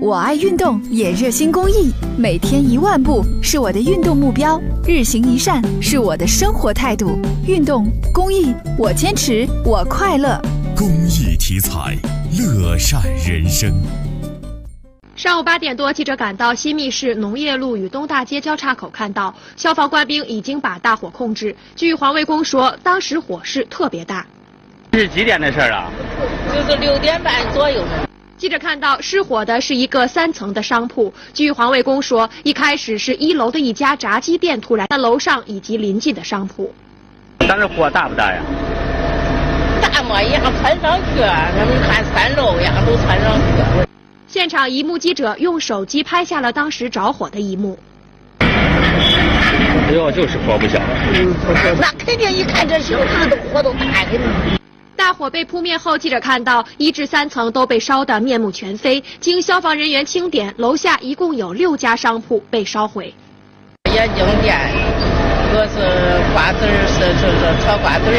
我爱运动，也热心公益。每天一万步是我的运动目标，日行一善是我的生活态度。运动、公益，我坚持，我快乐。公益题材，乐善人生。上午八点多，记者赶到新密市农业路与东大街交叉口，看到消防官兵已经把大火控制。据环卫工说，当时火势特别大。这是几点的事儿啊？就是六点半左右。记者看到失火的是一个三层的商铺。据环卫工说，一开始是一楼的一家炸鸡店突然在楼上以及邻近的商铺。当时火大不大呀？大么样窜上去，咱们看三楼呀都窜上去。现场一目击者用手机拍下了当时着火的一幕。哎呦，就是火不小。那肯定一看这形势，都火都大呀。大火被扑灭后，记者看到一至三层都被烧得面目全非。经消防人员清点，楼下一共有六家商铺被烧毁。眼镜店，我是瓜子儿，是是是炒瓜子儿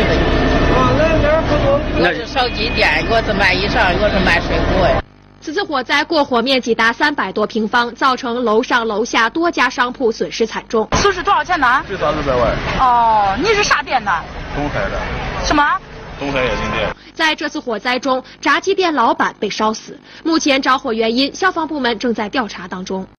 的。我是烧鸡店，我是卖衣裳，我是卖水果呀。此次火灾过火面积达三百多平方，造成楼上楼下多家商铺损失惨重。损失多少钱呢？最少六百万。哦，你是啥店呢？东海的。什么？东海眼镜店。在这次火灾中，炸鸡店老板被烧死。目前着火原因，消防部门正在调查当中。